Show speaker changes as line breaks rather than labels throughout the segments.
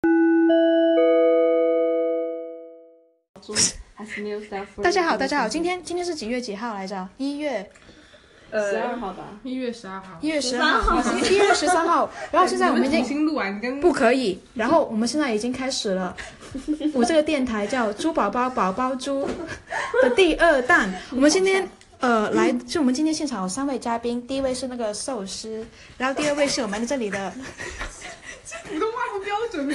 大家好，大家好，今天今天是几月几号来着？一月
十二
呃，
号吧，
一月十二号
一，月十号，哦一月十三号。然后现在我们已经
重新录完跟
不可以。然后我们现在已经开始了，我这个电台叫“猪宝宝宝宝猪”的第二弹。我们今天呃来，就我们今天现场有三位嘉宾，第一位是那个寿司，然后第二位是我们这里的，
普通话不标准，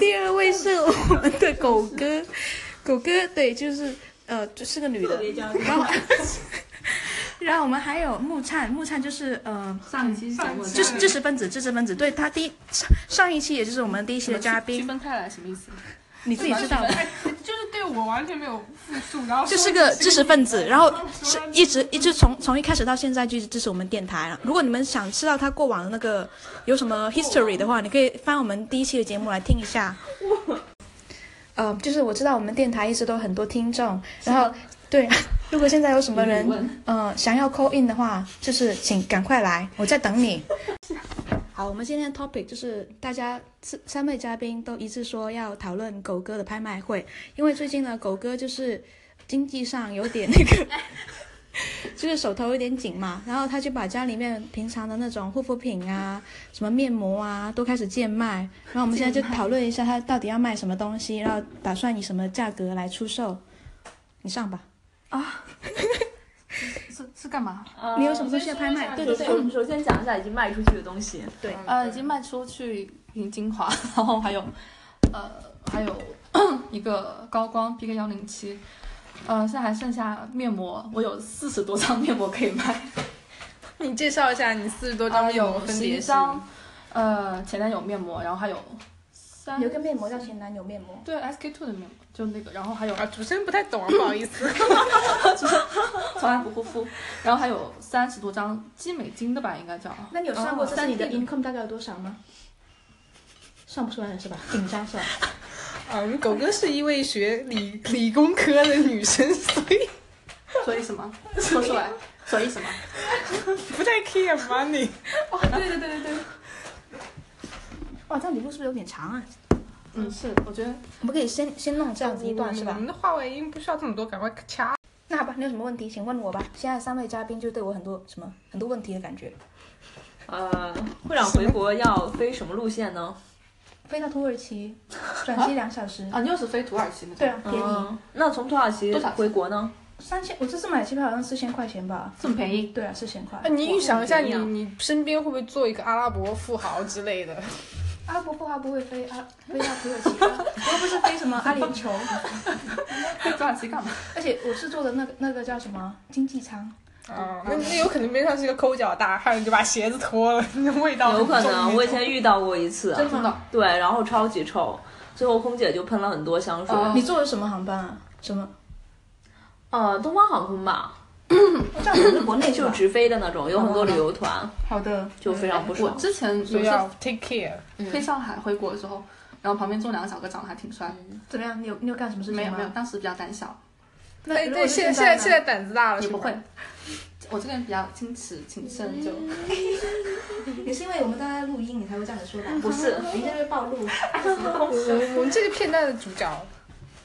第二位是我们的狗哥，狗哥对，就是呃就是个女的， 然后然后我们还有木灿，木灿就是呃。
上期节目
上期
知识知识分子，知识分子，对他第一上上一期也就是我们第一期的嘉
区
宾，
分开来什么意思？
你自己知道的。
哎 就是对我完全没有复述， 然后说
就是个知识分子，然后是一直一直从从一开始到现在就一直支持我们电台了。如果你们想知道他过往的那个有什么 history 的话，你可以翻我们第一期的节目来听一下。呃，就是我知道我们电台一直都有很多听众，然后对，如果现在有什么人
疑问
呃想要 call in 的话，就是请赶快来，我在等你。 好，我们今天的 topic 就是大家三三位嘉宾都一致说要讨论狗哥的拍卖会，因为最近呢，狗哥就是经济上有点那个， 就是手头有点紧嘛，然后他就把家里面平常的那种护肤品啊、什么面膜啊都开始贱卖，然后我们现在就讨论一下他到底要卖什么东西，然后打算以什么价格来出售。你上吧，
是是干嘛？
呃
你有什么东西要拍卖？对对
我
对，
们首先讲一下已经卖出去的东西，
呃，已经卖出去瓶精华， 然后还有，呃，还有一个高光 BK 幺零七，呃，现在还剩下面膜，我有四十多张面膜可以卖，
你介绍一下你四十多
呃
张面膜
有
分
十一
别是？
张，呃，前男友面膜，然后还有三
有一个面膜叫前男友面膜。
对 SK two 的面膜，就那个，然后还有
啊，主持人不太懂，不好意 思。
从来不护肤，然后还有三十多张肌美金的吧，应该叫。
那你有算过
哦
这次你的
三 D 的
income 大概有多少吗？算不出来了是吧？紧张是吧？
嗯，狗哥是一位学理 理工科的女生，所以
所以什么？说出来。所以什么？
不太 care money。
对对对对对。
哇，这样礼物是不是有点长啊？
嗯，是，我觉得
我们可以先先弄这样子一段是
我
吧？
们的话外音不需要这么多，赶快掐。
那好吧，你有什么问题请问我吧。现在三位嘉宾就对我很多什么很多问题的感觉。
呃，会长回国要飞什么路线呢？
飞到土耳 其，转机两小时。
啊，你又是飞土耳其那种。
对啊，便宜、
嗯，那从土耳其
多少钱
回国呢？
三千。我这次买机票好像四千块钱吧？
这么便宜，
对啊，四千块
那。你预想一下，你
哇
你身边会不会做一个阿拉伯富豪之类的？
阿拉伯富豪不会飞啊，飞到土 耳其吗，我又不是飞什么阿联酋，
飞土耳其干嘛？
而且我是坐的那个那个叫什么经济舱。
啊，那那有可能边上是个抠脚大汉，就把鞋子脱了，那味道
有可
哦很重
能，我以前遇到过一次，
真的？
对，然后超级臭，最后空姐就喷了很多香水。
哦
你坐的什么航班啊？什么？
呃，东方航空吧，
哦这样子是国内是
就
吧？
直飞的那种，有很多旅游团，
好的。
就非常不
我
爽。
之前有
所
一
以
次
要 take care。
飞上海回国的时候，然后旁边坐两个小哥，长得还挺帅。
怎么样？你有你有干什么事情吗？
没有没有，。当时比较胆小，
那
哎，
如
对，
果是
现在现
在
在
呢
现在胆子大了，
也
是
不
吗
会。。我这个人比较矜持谨慎，就
也是因为我们大家录音，你才会这样子说吧？
不是
你现在就暴露。
我我们这个片段的主角，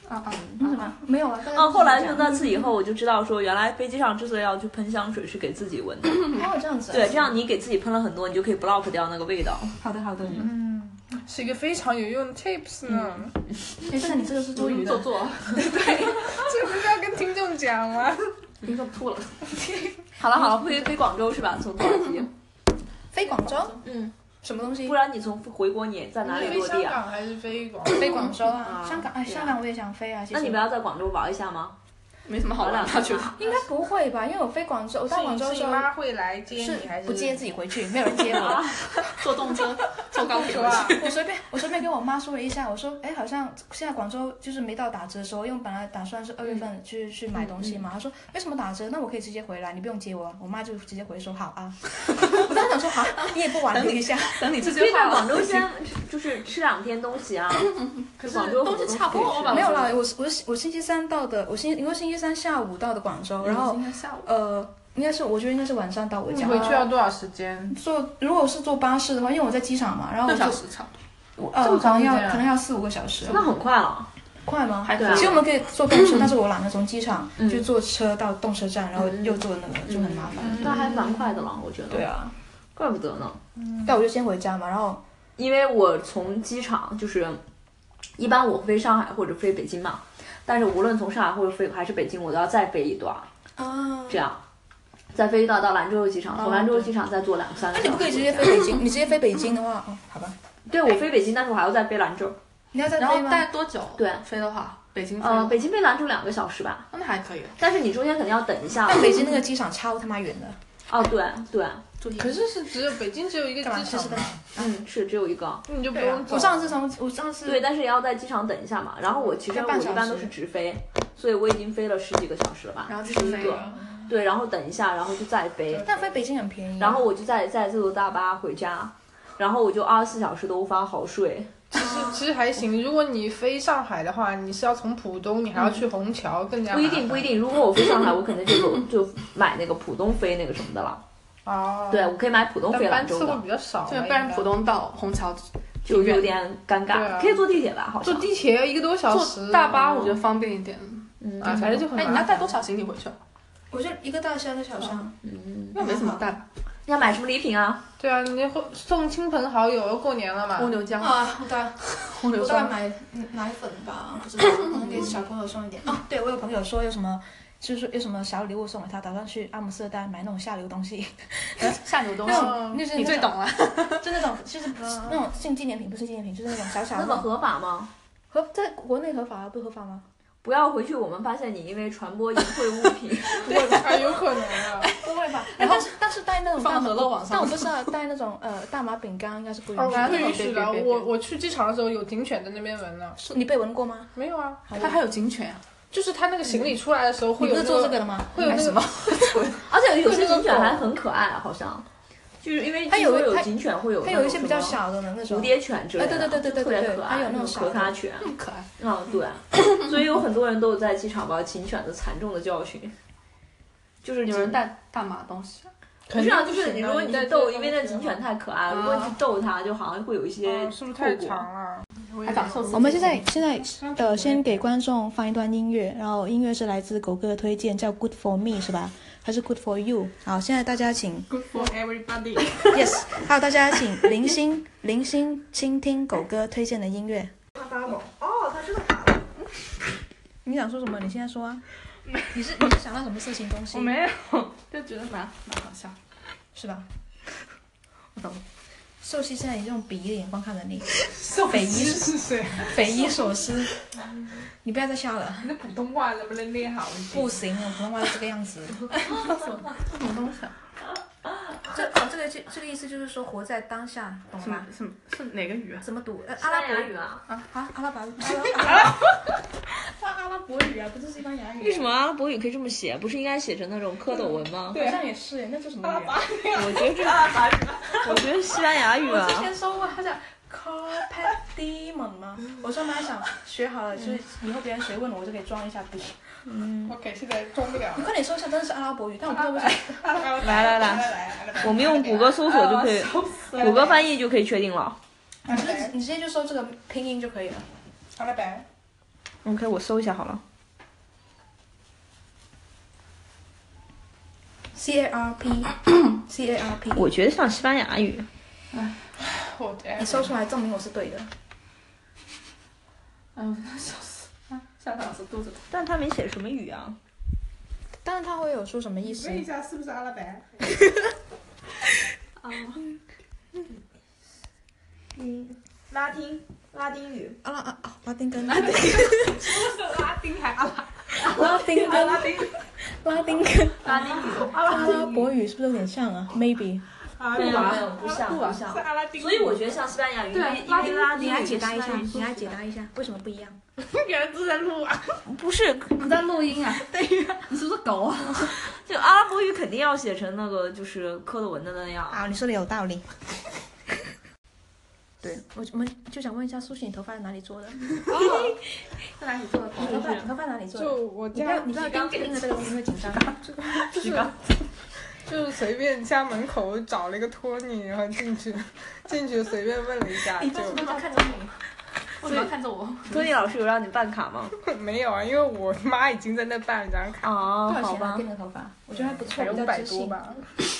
啊啊
为什么？没有啊。
啊，后来就
就
那次以后，我就知道说，原来飞机上之所以要去喷香水，是给自己闻的。
哦这样子。
对，这。样你给自己喷了很多，你就可以 block 掉那个味道。
好的好的。
嗯，是一个非常有用的 tips 呢。
哎，但你这个是多余
做
的。
作，
这不是要跟听众讲吗？
你都吐了。
好了好了，会飞广州是吧？从土耳其，
飞广州？
嗯，
什么东西
不？然你从回国你在哪里
飞
落
香
地啊？
港还是飞广？
飞广州啊
啊
香港哎，
对啊
香港我也想飞啊。其实
那你们要在广州玩一下吗？
没什么好玩的，
他
他觉得。
应该不会吧？因为我飞广州，我到广州的
是
时
你
候
妈会来接
是
你，还是
不接自己回去，没有人接我。
坐动车，坐高铁
说啊，
我随便我随便跟我妈说了一下，我说，哎，好像现在广州就是没到打折的时候，因为本来打算是二月份去、去买东西嘛。她说为什么打折？那我可以直接回来，你不用接我。我妈就直接回说好啊。我当时想说好，你也不挽留一下。
等你这
可
句
以在
话
广州先就是吃两天东 西啊。可是广州有很多
东西差不多
可以吃
吧
没有啦，我是我是我星期三到的，我星因为星期三下午到的广州，然后
应该下午。
呃，应该是我觉得应该是晚上到我
你
家。
回去啊要多少时间？
坐如果是坐巴士的话，因为哦我在机场嘛，然后我
半
就
小时差不多，
呃
这么
可能
长时
要
间啊
可能要四五个小时。
那很快了。
快吗？
还可
对啊
其
以
实。我们可以坐公车，但是我懒得从机场
嗯
就坐车到动车站，然后又坐那个就很麻烦。
嗯那还蛮快的了，我觉得。
对，啊，
怪不得呢，
嗯
但我就先回家嘛，然后
因为我从机场就是，一般我飞上海或者飞北京嘛，但是无论从上海或者飞还是北京，我都要再飞一段儿，
啊，
这样，再飞一段到兰州的机场，从兰州的机场再坐两三个
哦那你
小时。
不可以直接飞北京？你直接飞北京的话，哦，好吧，
对我飞北京，但是我还要再飞兰州。
你要再
然
飞
后
吗？
待多久？
对
飞的话，北京飞的
嗯
呃，
话，
北京飞兰州两个小时吧，
那还可以。
但是你中间肯定要等一下。
但北京那个机场超他妈远的，
哦，对对，
可是是只有北京只有一个
干嘛
机
吃
场
吃的
嘛，？
嗯，是只有一个。
你就不
对啊
哦
用，走。
我上次从我上次
对，但是也要在机场等一下嘛。然后我其实
要
我
半小时
一般都是直飞，所以我已经飞了十几个小时了吧。
然后就是
一
飞
个，
了，
对，然后等一下，然后就再飞，
但飞北京很便宜啊，
然后我就再再坐大巴回家，然后我就二十四小时都无法好睡。
其实其实还行，如果你飞上海的话，你是要从浦东，你还要去虹桥，更加
不一定不一
定
定，如果我飞上海，我肯定就走就买那个浦东飞那个什么的了。
哦。
对，，我可以买浦东
但
飞兰
班
州
次会
的，
比较少嘛，
对，不然
一般
浦东到虹桥
就
远
有点尴
对
尬。
啊
可以坐地铁吧？好
坐
像。
地铁一个多小时，
坐大巴，我觉得方便一点。
嗯
啊，反正就很
哎，
麻
哦你要
烦。
带多少行李回去啊？
我就一个大箱的小箱，
嗯，
那没怎么带，
你要买什么礼品啊？
对啊，你会送亲朋好友，过年了嘛
蜗，牛浆、
啊，我大
蜗牛
我大概
霜，
买奶粉吧，不知道，可能给小朋友送一点。啊，对我有朋友说有什么，就是有什么小礼物送给他，打算去阿姆斯特丹买那种下流东西，
下流东
那
西，
种就是
你最懂了。
就那种就是那种性纪念品，不是纪念品，嗯就是那种小小
那
的
个合法吗？
合在国内合法啊，不合法吗？
不要回去，我们发现你因为传播淫秽物品。
啊，有可能啊。
不会吧？哎然后但是但是带那种
放到
大麻
河洛网上
但我不知道带那种呃大麻饼干应该是不允
哦，
许的。
不允许的。
别别别别
我我去机场的时候有警犬在那边闻呢，
你被闻过吗？
没有啊，
它还有警犬啊，
就是他那个行李出来的时候
你
会有
不是
那
做这个的吗？
会有那
买
个
什 么？
而且有些
对那个
警犬
狗
还很可爱，好像就是因为
它
据
有
说有
它
警犬会有
它
那
有一
种
些
什
比较
么
小的呢，那
蝴
种。
蝶犬之类的，
哎对对对对对
特别
对
可爱，
还有那种
可
小
卡
的
犬，
那么可爱，
嗯， 对，所以有很多人都有在机场把警犬的惨重的教训，就是
有人
带，
带大麻东西，
不是啊，就是你如果你
在嗯
去逗，因为那警犬太可爱了，如果你去逗它，就好像会有一些
是不是
后
太
果
长了？
还长寿司。
啊我们现在现在 呃，先给观众放一段音乐，然后音乐是来自狗哥的推荐，叫《Good for Me》是吧？还是《Good for You》？好，现在大家请
Good for everybody。
Yes，还有大家请零星零星倾听狗哥推荐的音乐。哦他发嗯哦，他真的卡了。你想说什么？你现在说啊。你是你是想到什么色情东西？
我没有，
就觉得蛮蛮好笑。
是吧？
我懂了。
寿西现在以这种鄙夷的眼光看着你，
匪夷是谁？
匪夷所思。你不要再笑了，
你的普通话能不能练好一点？
不行，啊我普通话是这个样子。
什么东西啊？
这哦，这个这这个意思就是说活在当下，懂
什么？什么是哪个鱼啊？
怎么读？呃，
阿
阿
拉
拉伯
伯
语
语啊，
啊，阿拉 伯阿拉伯阿拉伯语啊，不是西班牙语。
为什么阿拉伯语可以这么写？不是应该写成那种蝌蚪文
啊
吗？
好像也是耶，那叫什么语啊？
我觉得这，我觉得西班牙语
之
啊，
前说过，它叫 carpet demon 吗？我说妈想学好了，就是
嗯
以后别人谁问我，我就可以装一下逼。
OK，现在装不了
你
了。
快点搜一下，真的是阿拉伯语，但我不知道为什么。
来
来来来
来
我们用谷歌搜索就可 以，谷歌翻译就可以确定了。
你直接你直接就搜这个拼音就可以了。
阿拉伯，
OK，我搜一下好了。
C A R P C A R P，
我觉得像西班牙语。
我
你搜出来证明我是对的。
哎呦，笑死！ 啊夏老师肚子疼。
但他没写什么语啊。
但是他会有说什么意思
问？一下是不是阿拉伯？
哦嗯，拉丁拉丁语，
阿拉啊，哦拉丁跟
拉丁还阿拉
拉丁跟
拉丁，
拉丁跟
拉丁语，
阿拉伯语是不是有点像啊？Maybe。
啊
没
对
有没
吧？
有不像不像
是。阿拉丁。
所以我觉得像西班牙语，因为因为啊拉丁语跟西班牙语
答一下，为什么不一样？
得别人都在录啊。
不是，
你在录音啊？对呀。你是不是狗啊？
就阿拉伯语肯定要写成那个就是蝌蚪文的那样。
啊，你说的有道理。对，我我们就想问一下，苏西，你头发是哪里做的？
在哪里做的狗？
你头发头发哪里做的？
就我
你不要
家
你不要盯盯着这个东西会紧张。
就是就是随便家门口找了一个托尼，然后进去进去随便问了一下，就
你当时都在看着你，
我怎么看着我，
托尼老师有让你办卡吗？
没有啊，因为我妈已经在那办了张卡，
啊，
多少
好
钱啊？
吧
给，你的头发，我觉得还不错，
还有
比
五
较
百
知
多
性。
吧，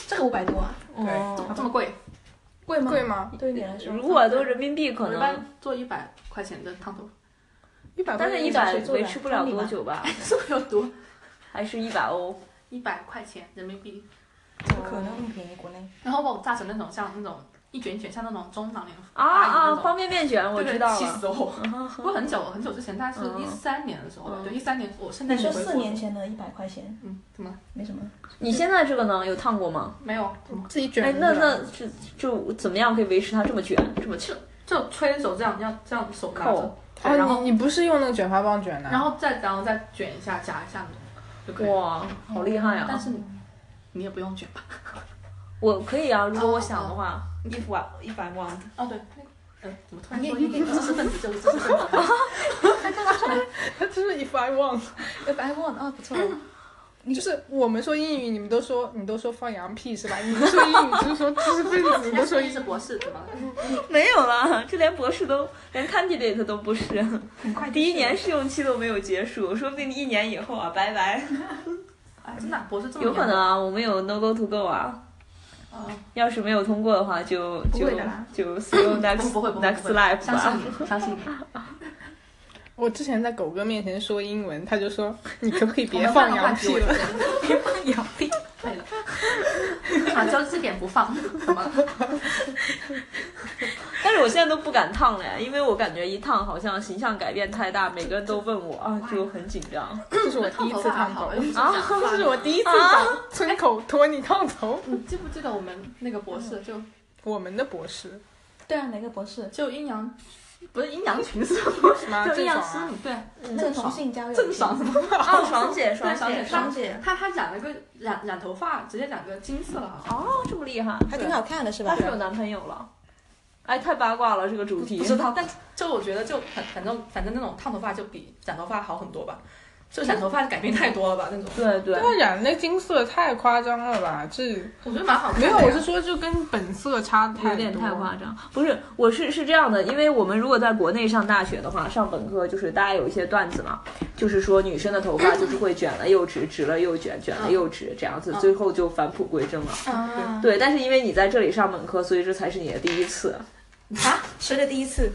这个五百多啊，
这
哦，
么贵，
贵吗？
贵吗？
对于你来说，
如果都人民币可
我一
能，
般做一百块钱的烫 头，
一百多
但是
人
一
民币
百
做的
维持不了
托尼吧
多久吧，
这么有多？
还是一百欧。
一百块钱人民币，
不可能那么便宜，国内
然后把我炸成那种像那种一卷一卷，像那种中老年
啊
阿姨
啊，
那种
方便面卷我
对对
知道
气
了，
死 我！不过很久很久之前，大概是
嗯
一三年的时候吧，
嗯
对，一三年我圣
你
诞节
说
回
四
国
年，前的一百块钱
嗯，怎么了？
没什么，
你现在这个呢有烫过吗？
没有，怎么
自己卷
哎，
的
那那就就怎么样可以维持它这么卷这么
就就吹着手这样，要这样手拿着
扣，
对然
哦，
后
你你不是用那个卷发棒卷的啊？
然后再然后再卷一下夹一下就可以了。
哇，好厉害
但
啊！
是你你也不用卷吧？
我可以啊，如果我想的话，一百一百万。
哦，对，那个 呃，怎么突然
你
说
你
一个知识分子就是知识分子？
它 就是 if I want，
一百万哦，不错。
就是我们说英语，你们都说你都说放羊屁是吧？你们说英语就是说知识分子，你
人家说
都说
你
英
是博士，怎么了？
没有啦，这连博士都连 candidate 都不是，
很快
第一年试用期都没有结束，说不定一年以后啊，拜拜。
哎，真的博士这么
有可
严格
能啊，我们有 no go to go 啊。
啊？
要是没有通过的话，就
不
就
会的啦
就 see you
呃不
next
不会不会
next
不会
life
相
吧。
信你，相信你。
我之前在狗哥面前说英文，他就说你可不可以
我
别
们换
放
个话
羊
题，
屁
我
了
觉？得
别放羊屁，
可以了。啊，就这点不放，怎么了？
但是我现在都不敢烫了，因为我感觉一烫好像形象改变太大，每个人都问我啊，就很紧张。
这是我第一
头
次烫头
发还好，
啊
这是我第一次找村口托尼烫头。
你记不记得我们那个博士就
我们的博士
对啊，哪个博士？
就阴阳，不是阴阳群是
是吗？
就阴
郑
阳
爽
师
啊，
女， 对，
那个同性交友
郑爽什么？
啊，爽姐，爽
对爽
姐，
姐
双姐，
他他染了个染染头发，直接染个金色了，啊
哦，这么厉害，
还挺好看的是吧
她？是有男朋友了。哎，太八卦了，这个主题。
不知道。但就我觉得就很反正反正那种烫头发就比染头发好很多吧，就染头发改变太多了吧那种，
对对，
他啊染那金色太夸张了吧？这
我觉得蛮好看
没
的
有，
呀。
我是说就跟本色差太多
有点太夸张。不是，我是是这样的，因为我们如果在国内上大学的话，上本科就是大家有一些段子嘛，就是说女生的头发就是会卷了又直，直了又卷，卷了又直，这样子，最后就返璞归真了。
啊，
对，但是因为你在这里上本科，所以这才是你的第一次，
谁的第一次？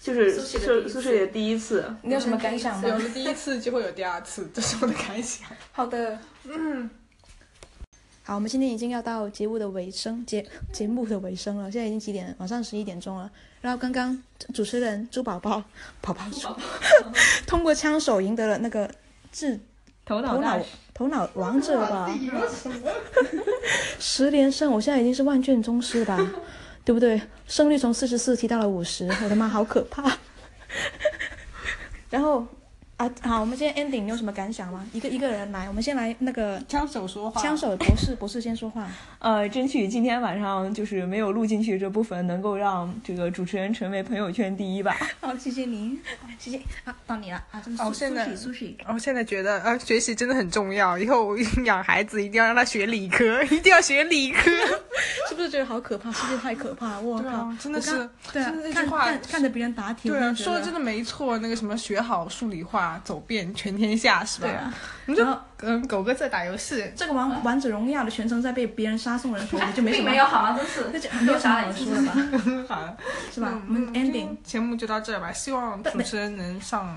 就是
苏轼的第一
是
次
苏轼的第一次。
你有什么感想
有
吗？
了第一次就会有第二次，这是我的感想。
好的，嗯，好，我们今天已经要到节目的尾声，节节目的尾声了，现在已经几点了？晚上十一点钟了。然后刚刚主持人朱宝宝，宝宝猪，通过枪手赢得了那个智
头
头脑头脑王者了 吧？十连胜，我现在已经是万卷宗师了吧，对不对？胜率从四十四提到了五十，我的妈，好可怕！然后啊，好，我们今天 ending 你有什么感想吗？一个一个人来，我们先来那个
枪手说话，
枪手博士，博士先说话。
呃，争取今天晚上就是没有录进去这部分，能够让这个主持人成为朋友圈第一吧。
好，谢谢您，谢谢啊，到你了啊，这
哦现在
苏西，
我现在觉得，呃，学习真的很重要。以后养孩子一定要让他学理科， 一定要学理科。
是不是觉得好可怕？世界太可怕，我
对
靠
啊，！真的
我
是
刚，对啊
真的，那
看
句话
看看着别人答题，
对
我
啊，
就觉
说的
得
真的没错。那个什么，学好数理化，走遍全天下，是吧？
对啊。
你就
然后
嗯，狗哥在打游戏，
这个王王者荣耀的全程在被别人杀送人头，我就没什
并
么
没有好吗？真是
那就没有啥好说的 吧，
好了，
是吧？我
那
们 ending
今天节目就到这儿吧。希望主持人能上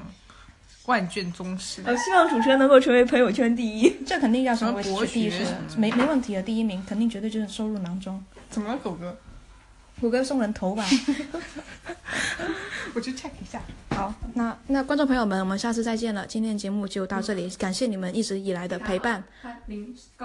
万卷宗师。
呃，希望主持人能够成为朋友圈第一。
这肯定要成为
什么博
第一
学
是
什么
没没问题的，第一名肯定绝对就是收入囊中。
怎么了，狗哥？
谷歌送人头吧。
我去 check 一下。
好， 那那观众朋友们，我们下次再见了。今天的节目就到这里，感谢你们一直以来的陪伴。
他零